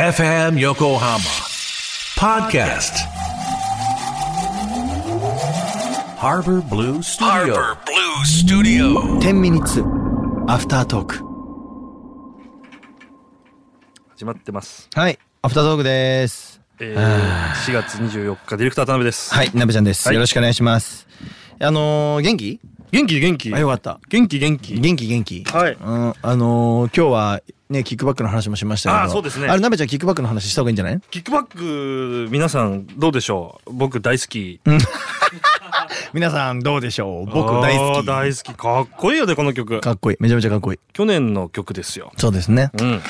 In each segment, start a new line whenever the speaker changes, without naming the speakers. FM Yokohama Podcast Harbor Blue Studio
Harbor Blue Studio.
10ミニッツアフタートーク
始まってます。
はいアフタートークです
えー、4月24日、ディレクター田辺です。
はいなべちゃんです、
はい
よろしくお願いしますあのー、元気
元気元気。
あよかった
元気元気。
元気元気
はい
うん、あのー、今日はねキックバックの話もしましたけど
あーそうですね
あれなべちゃんキックバックの話した方がいいんじゃない
キックバック、皆さんどうでしょう僕大好き。
皆さんどうでしょう僕大好
あー
き
大好き。かっこいいよね、この曲。
かっこいいめちゃめちゃかっこいい
去年の曲ですよ。
そうですね
うん。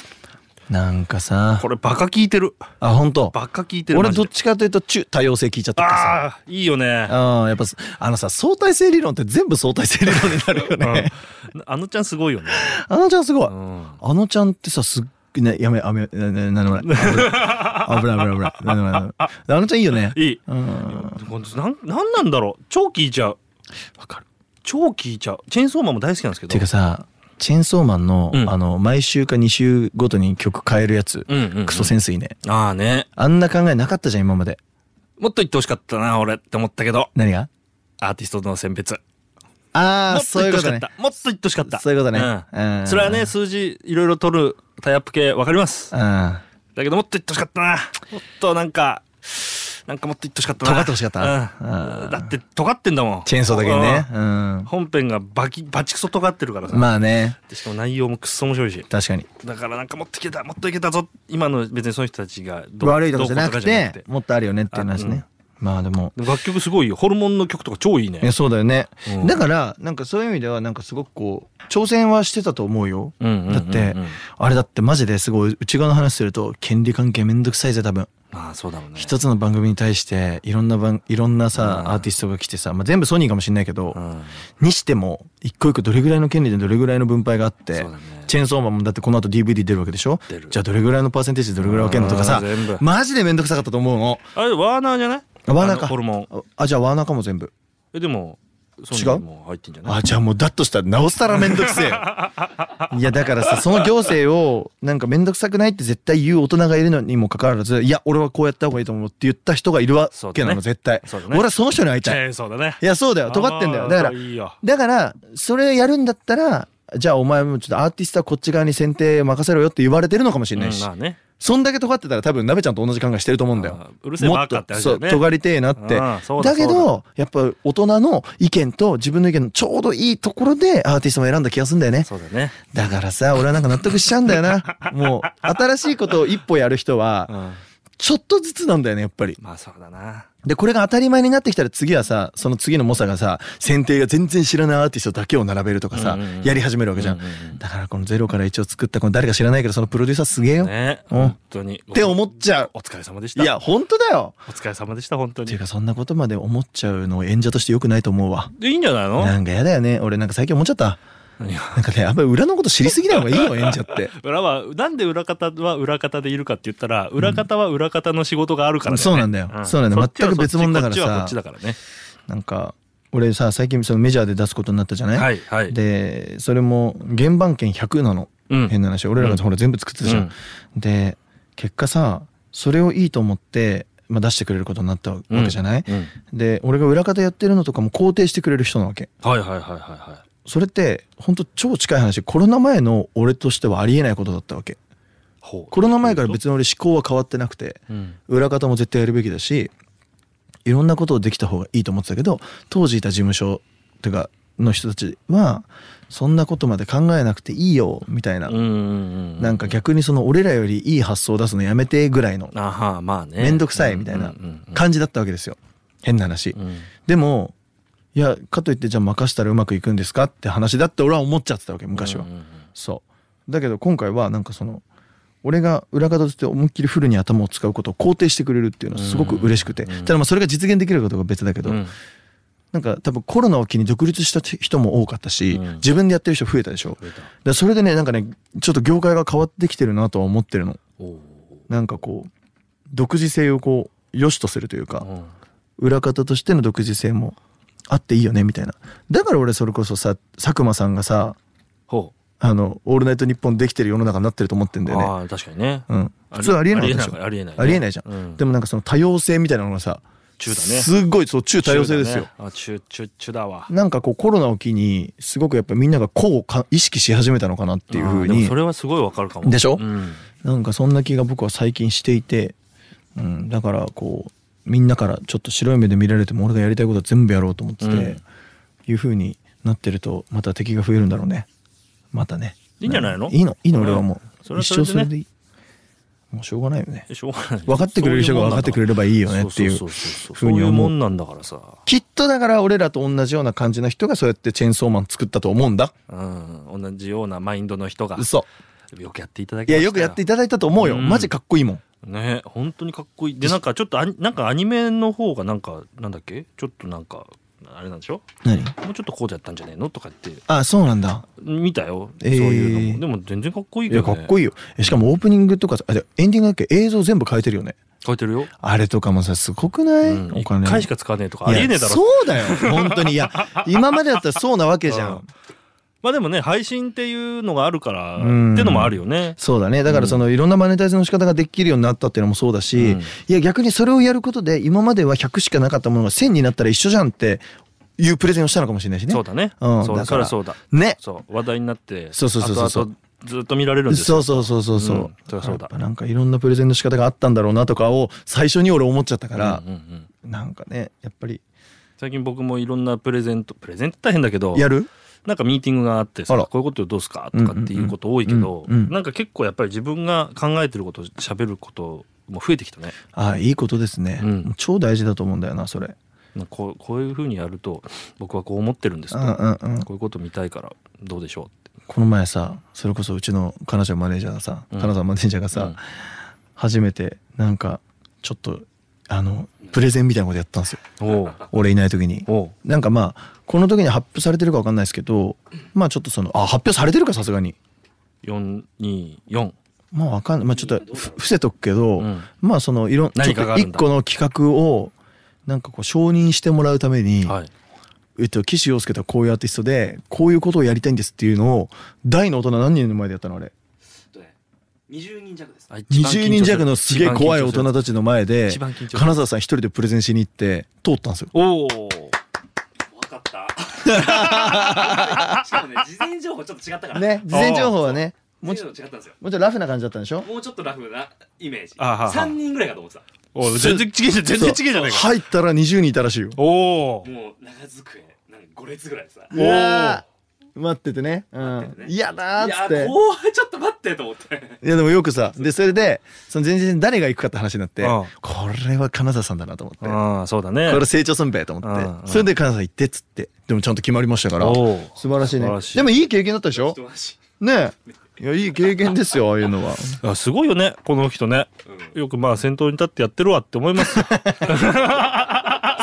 なんかさ
これバカ聴いてる。
あ本当
バカ聴いてる。
俺
マジ
ど
で
っちかというと中多様性聞いちゃったからさ
ああ、いいよ
う
ね。
んやっぱあのさ相対性理論って全部相対性理論になるよね、
うんあのちゃんすごいよね。
あのちゃんすごい、
うん。
あのちゃんってさ、すっごいね、やめ、やめ、な、な、なんでもない。危ない、危ない、危ない、危ないなんでもないなんでもない。あのちゃんいいよね。
いい。
うん。
ほんとなん、なんなんだろう。超聴いちゃう。
わかる。
超聴いちゃう。チェーンソーマンも大好きなんですけ
ていう
ど
か。さ、チェーンソーマンの、
うん
あの、毎週か2週ごとに曲変えるやつ、
うんうんうん
クソセンスいいね。
ああね。
あんな考えなかったじゃん、今まで。
もっと言ってほしかったな、俺って思ったけど。
何が
アーティストの選別。
あ
も
あ、
っと
そうい
言
う
っ
こと
てほしかっ
ね。
た。もっと言ってほしかった。
そういうことね
ん
うん
それはね、数字いろいろ取るタイアップ系わかります。
うん。
だけどもっと言ってほしかったな。もっとなんか、なんかもっと言ってほしかったな。
尖ってほしかった
う
うん
ん。だって尖ってんだもん。
チェーンソーだけにね。う
うん。
ん。
本編がバキ、バチクソ尖ってるからさ。
まあね、
でしかも内容もくっそ面白いし。
確かに。
だからなんかもっといけた、もっといけたぞ。今の別にその人たちがどう
悪いとこじゃな
どう
く
こうじゃな
て、もっとあるよねっていう話ね。まあでも、
でも楽曲すごいよ。ホルモンの曲とか超いいね
いや。そうだよね、
うん
だからなんかそういう意味ではなんかすごくこう挑戦はしてたと思うよ、
うんうんうんうん
だってあれだってマジですごい内側の話すると権利関係めんどくさいぜ多分
まあそうだろうね。
一つの番組に対していろんな番いろんなさ、
うん
アーティストが来てさ、まあ、全部ソニーかもしんないけど、
うん。
にしても一個一個どれぐらいの権利でどれぐらいの分配があって、
そうだね
チェーンソーマンもだってこの後 DVD 出るわけでしょ
出る
じゃあどれぐらいのパーセンテージでどれぐらい分けんのとかさ
うん全部
マジでめんどくさかったと思うの
あれワーナーじゃない
ワーナー
あの
か
ホルモン
あじゃあワーナーかも全部
えでも
違う
ソニーも入ってんじゃない
あじゃあもうだとしたらなおさらめんどくせえよ いやだからさその行政をなんかめんどくさくないって絶対言う大人がいるのにもかかわらずいや俺はこうやった方がいいと思うって言った人がいるわ
そうだ
け
ね
なの、絶対、
そうだね
俺はその人に会い
チ
たい、
ェーンソーだね
いやそうだよ尖ってんだよだか
あ
ら
ーいいよ
だからそれやるんだったらじゃあお前もちょっとアーティストはこっち側に選定任せろよって言われてるのかもしれないし、
うんまあね
そんだけ尖ってたら多分鍋ちゃんと同じ考えしてると思うんだ
あ
よ
ー。うるせえバカって
もっ
話だ
とそ
よ
う
ね
尖りてえなって
あーそうだ
だけどやっぱ大人の意見と自分の意見のちょうどいいところでアーティストも選んだ気がするんだよね
そうだね
だからさ俺はなんか納得しちゃうんだよ なもう新しいことを一歩やる人
う
は
ん
ちょっとずつなんだよねやっぱり
まあそうだな
でこれが当たり前になってきたら次はさその次の猛者がさ選定が全然知らないアーティストだけを並べるとかさ
うんうんうん
やり始めるわけじゃん
うんうんうん
だからこのゼロから一を作ったこの誰か知らないけどそのプロデューサーすげえよっ
ね
うん
本当にって
思っちゃう
お疲れ様でし
い
た
や本当だよ
お疲れ様でした本当
ってい
に
うかそんなことまで思っちゃうの演者として良くないと思うわ
でいいんじゃないの
なんかやだよね俺なんか最近思っちゃった
何が
なんかねあんまり裏のこと知りすぎない方がいいよ演者って
裏はなんで裏方は裏方でいるかって言ったら裏方は裏方の仕事があるからだよね
そうなんだよそうなんだよ
そっちは
全く別物だからさ
こっちはこっちだからね
なんか俺さ最近そのメジャーで出すことになったじゃない、
はいはい
でそれも原版権100なの、
うん
変な話俺らがほら全部作ってたじゃん、で結果さそれをいいと思って、まあ、出してくれることになったわけじゃない、
うんうん
で俺が裏方やってるのとかも肯定してくれる人なわけ
はいはいはいはいは
それって本当超近い話コロナ前の俺としてはありえないことだったわけ
いほう
コロナ前から別に俺思考は変わってなくて、
うん
裏方も絶対やるべきだしいろんなことをできた方がいいと思ってたけど当時いた事務所てかの人たちはそんなことまで考えなくていいよみたいな、
うんうんうん
なんか逆にその俺らよりいい発想を出すのやめてぐらいの
あはあまあね
面倒くさいみたいな
うんうんうん
感じだったわけですよ変な話、
うんうん
でもいやかといってじゃあ任したらうまくいくんですかって話だって俺は思っちゃってたわけ昔は、
うんうんうん
そうだけど今回はなんかその俺が裏方として思いっきりフルに頭を使うことを肯定してくれるっていうのはすごく嬉しくて、ただまあそれが実現できるかどうかは別だけど、
うん
なんか多分コロナを機に独立した人も多かったし、
うん
自分でやってる人増えたでしょ
増えた
だそれでねなんかねちょっと業界が変わってきてるなとは思ってるの
おう
なんかこう独自性をこう良しとするというか、
うん
裏方としての独自性もあっていいよねみたいなだから俺それこそさ佐久間さんがさ
ほ
あの「オールナイトニッポン」できてる世の中になってると思ってんだよね。
ああ、確かにね。
うん、普通ありえないでしょ
ありえないあり
あり
えないね
えないじゃん、
うん
でもなんかその多様性みたいなのがさ
中だね
すっごいそう中多様性ですよ、
中だねあ、中、中、中だわ。
なんかこうコロナを機にすごくやっぱみんなが個をか意識し始めたのかなっていうふ
あ
う
ーでも
に
それはすごいわかるかも。
でしょ
うん。
なんかそんな気が僕は最近していて、うん、だからこうみんなからちょっと白い目で見られても俺がやりたいことは全部やろうと思ってて、
うん
いうふうになってるとまた敵が増えるんだろうねまたね
いいんじゃないの
いいのいいの
うん
俺はもう、
それは
一
そ
生そ
れでね
れでいいもうしょうがないよね
しょうがない。
分かってくれる人が分かってくれればいいよねっていう
そうそうそう
ふ
そううそう
に
いう
思
も
うん
なんだからさ。
きっとだから俺らと同じような感じの人がそうやってチェーンソーマン作ったと思うんだ
うん。同じようなマインドの人が。
嘘
よくやっていただき
い
ました
やよくやっていただいたと思うよ
うん
マジかっこいいもん
ね本当にかっこいいでなんかちょっとアニなんかアニメの方がなんかなんだっけちょっとなんかあれなんでしょ
何
もうちょっとこうだったんじゃねえのとかって
あそうなんだ
見たよ、
えー
そういうのもでも全然かっこいい
い
け
や
ど、ね、
かっこいいよえしかもオープニングとかさあじゃあエンディングだっけ映像全部変えてるよね
書いてるよ、
あれとかもさすごくない、
うん、
お
1
金
回しか使わねえとかありえねえだ
いやそ
ろ
うだよ本当にいや今までだったらそうなわけじゃん、
うんまあでもね配信っていうのがあるから、
うん
ってのもあるよね
そうだねだからそのいろんなマネタイズの仕方ができるようになったっていうのもそうだし、
うん
いや逆にそれをやることで今までは100しかなかったものが1000になったら一緒じゃんっていうプレゼンをしたのかもしれないしね
そうだね、
うん
そう
だか
だそ
ら
らそうだ
ね
そう話題になって
そうそうそうそうそう
後々ずっと見られるんですよ
そうそうそうそうそう、
うんそりゃそうだ
やっぱなんかいろんなプレゼンの仕方があったんだろうなとかを最初に俺思っちゃったから
うん、うんうん
なんかねやっぱり
最近僕もいろんなプレゼントプレゼント大変だけど
やる
なんかミーティングがあってさ
あら
こういうことどうすかとかっていうこと多いけど、
うんうんうんうん
なんか結構やっぱり自分が考えてること喋ることも増えてきたね
ああいいことですね、
うん
超大事だと思うんだよなそれ
なんかこうこういうふうにやると僕はこう思ってるんです
う
と、
んうんうん
こういうこと見たいからどうでしょうって
この前さそれこそうちの彼女のマネージャーがさ、
うん
彼女のマネージャーがさ、
うん
初めてなんかちょっとあのプレゼンみたいなことやったんですよ
おう
俺いない時に
おう
なんかまあこの時に発表されてるか分かんないですけどまあちょっとそのあ発表されてるかさすがに
424
まあわかんないまあちょっとふ伏せとくけど、
うん
まあそのいろんちょ
何
っと
かがあるん
一
だ
個の企画をなんかこう承認してもらうために、
はい
えっと、岸洋介とはこういうアーティストでこういうことをやりたいんですっていうのを大の大人何人の前でやったのあれ
20人弱です。
あ一番緊張する
20人弱のすげえ怖い大人たちの前で
一番緊張する
金沢さん一人でプレゼンしに行って通ったんですよ。
おお
怖か った。しかもね、事前情報ちょっと違ったから。
ね事前情報はね
も
もう
う
ち
ちょっと違
ょ
ったんですよ。
もうちょっとラフな感じだったんでしょ
もうちょっとラフなイメージ。
あはは
三人ぐらいかと思ってた。
おう Oh, 全然違えじゃん全然違えじゃないか
入ったら20人いたらしいよ。
おお
もう長机なんか五列ぐらいでさ。
うわー待っててね「うん
ててね
嫌、だ」っ
い
つ
や
って
ー怖いちょっと待ってと思って。
いやでもよくさでそれでその前日に誰が行くかって話になって
うん
これは金沢さんだなと思って
ああそうだね
これ成長すんべと思
うん
っ
う
て
ん
それで金沢さん行ってっつってでもちゃんと決まりましたから
おう
素晴らしいね
素晴らしい
でもいい経験だったでしょ
一足。
ねえ。いや、いい経験です よ、ああいうのは。
あすごいよねこの人ねよくまあ先頭に立ってやってるわって思います よ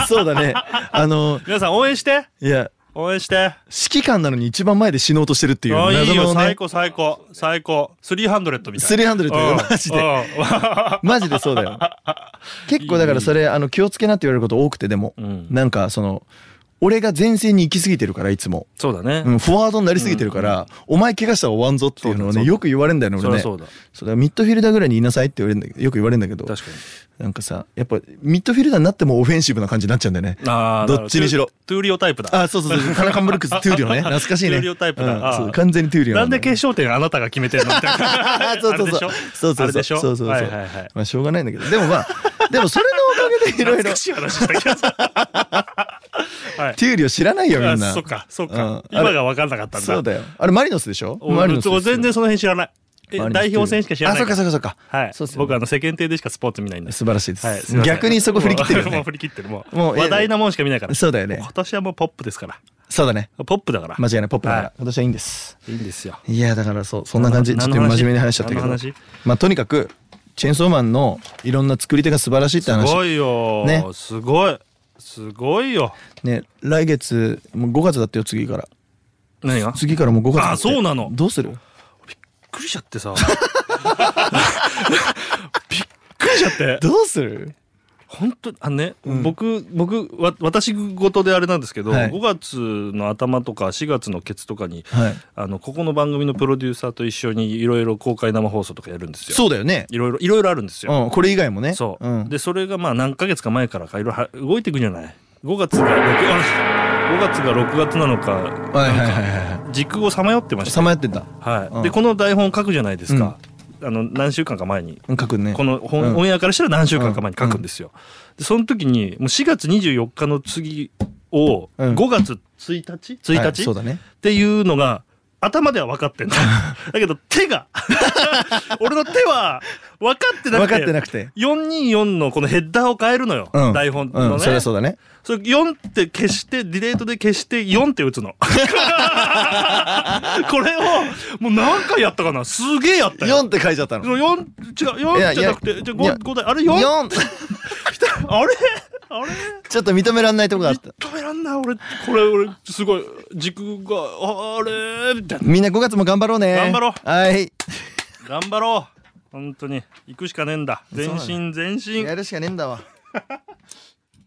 そうだね。あの、
皆さん応援して
いや、
応援して
指揮官なのに一番前で死のうとしてるっていう
あいい
謎
よ
の
最
ね。
高最高最高300みたいな
300というマジでマジでそうだよ。結構だからそれ、あの、気をつけなって言われること多くて、でも、
うん
なんかその、俺が前線に行き過ぎてるから、いつも。
そうだね、
うん、フォワードになりすぎてるから、お前怪我したら終わんぞっていうのを
そうだそう
ね、
だ
よく言われるんだよね、俺
そり
ね。
ゃそうだ
そうだからミッドフィルダーぐらいにいなさいって言われるんだけどよく言われるんだけど
確かに
なんかさやっぱミッドフィルダーになってもオフェンシブな感じになっちゃうんだよね
あー
どっちにしろ
トゥトゥーリオタイプだ
あ、そうそう そう。カナカンブルックス、トゥーリオね。懐かしいね。
トゥーリオタイプだ
うん
ああ
そう完全にトゥーリオ
なんで
だよ
決勝点あなたが決めてんの みたいな
あそうそうそう。そう
あ
そう
れ
そう。
でしょ
そうそうそう。
はいはいはい
まあ、しょうがないんだけど。でもまあ、でもそれのおかげでいろいろ、ト
懐かしい話した気がするはい
ゥーリオ知らないよ、みんな。
あそっかそっ
うんあ
か、今
れ
が分かんなかったんだ
そうだよ。あれ、マリノスでしょ
俺
マリノスですよ。
全然その辺知らないえ
マリノス
代表戦しか知らない
あ、そっかそっかそっか。
はい
そうっすよね
僕あの世間体でしかスポーツ見ないんで
素晴らしいで
はい
す
すい。ません
逆にそこ振り切ってるよ
もうもう
ね
振。り切ってるもう
もう
話題なもんしか見ないから
そうだよね
今年はもうポップですから
そうだね。
ポップだから
間違いない。ポップだか
は
ら。今年はいいんです。
いいいんですよ
いや、だからそう、そんな感じ。ちょっ
何
と
の
今真
話
面目に話しちゃったけど
何の話。
まあ、とにかく、チェーンソーマンのいろんな作り手が素晴らしいって
す
話。
ごいよ、
ね
すごいすごいよ
ね来月もう5月だってよ次から
何が
次からもう5月だって
あそうなの
どうする
びっくりしちゃってさびっくりしちゃって
どうする
本当あのね、
うん
僕僕わ私事であれなんですけど、
はい
5月の頭とか4月のケツとかに
はい
あのここの番組のプロデューサーと一緒にいろいろ公開生放送とかやるんですよ。
そうだよね
いろいろいろいろあるんですよ。
うんこれ以外もね
そう、
ん、
でそれがまあ何ヶ月か前からかいろいろは動いていくんじゃない5月が 6, あ5月が6月なのか
はいはいはいは
時空をさまよってま
い
し
さ
た、
まやってた
はい
うん
でこの台本書くじゃないですか、あの何週間か前に
うん書くね
この本,、
うん
オンエアからしたら何週間か前に書くんですよ、でその時にもう4月24日の次を
うん
5月1日、1日、
はいそうだね
っていうのが頭では分かって んだだけど手が俺の手は分かってなく
分
て
かってなくて
424のこのヘッダーを変えるのよ、
うん
台本のね、
うん、そりゃそうだね
それ4って消してディレートで消して4って打 つのこれをもう何回やったかなすげえやったよ
4って書いちゃったの
4違う4じゃなくてじゃあ 5, 5台あれ 4?
4
あれあれ
ちょっと認めらんないとこがあった
止めらんない俺これ俺すごい軸がああれみたいな
みんな5月も頑張ろうね
頑張ろう
はい
頑張ろう本当に行くしかねえんだ全身全身
やるしかねえんだわ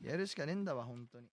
やるしかねえんだわ本当に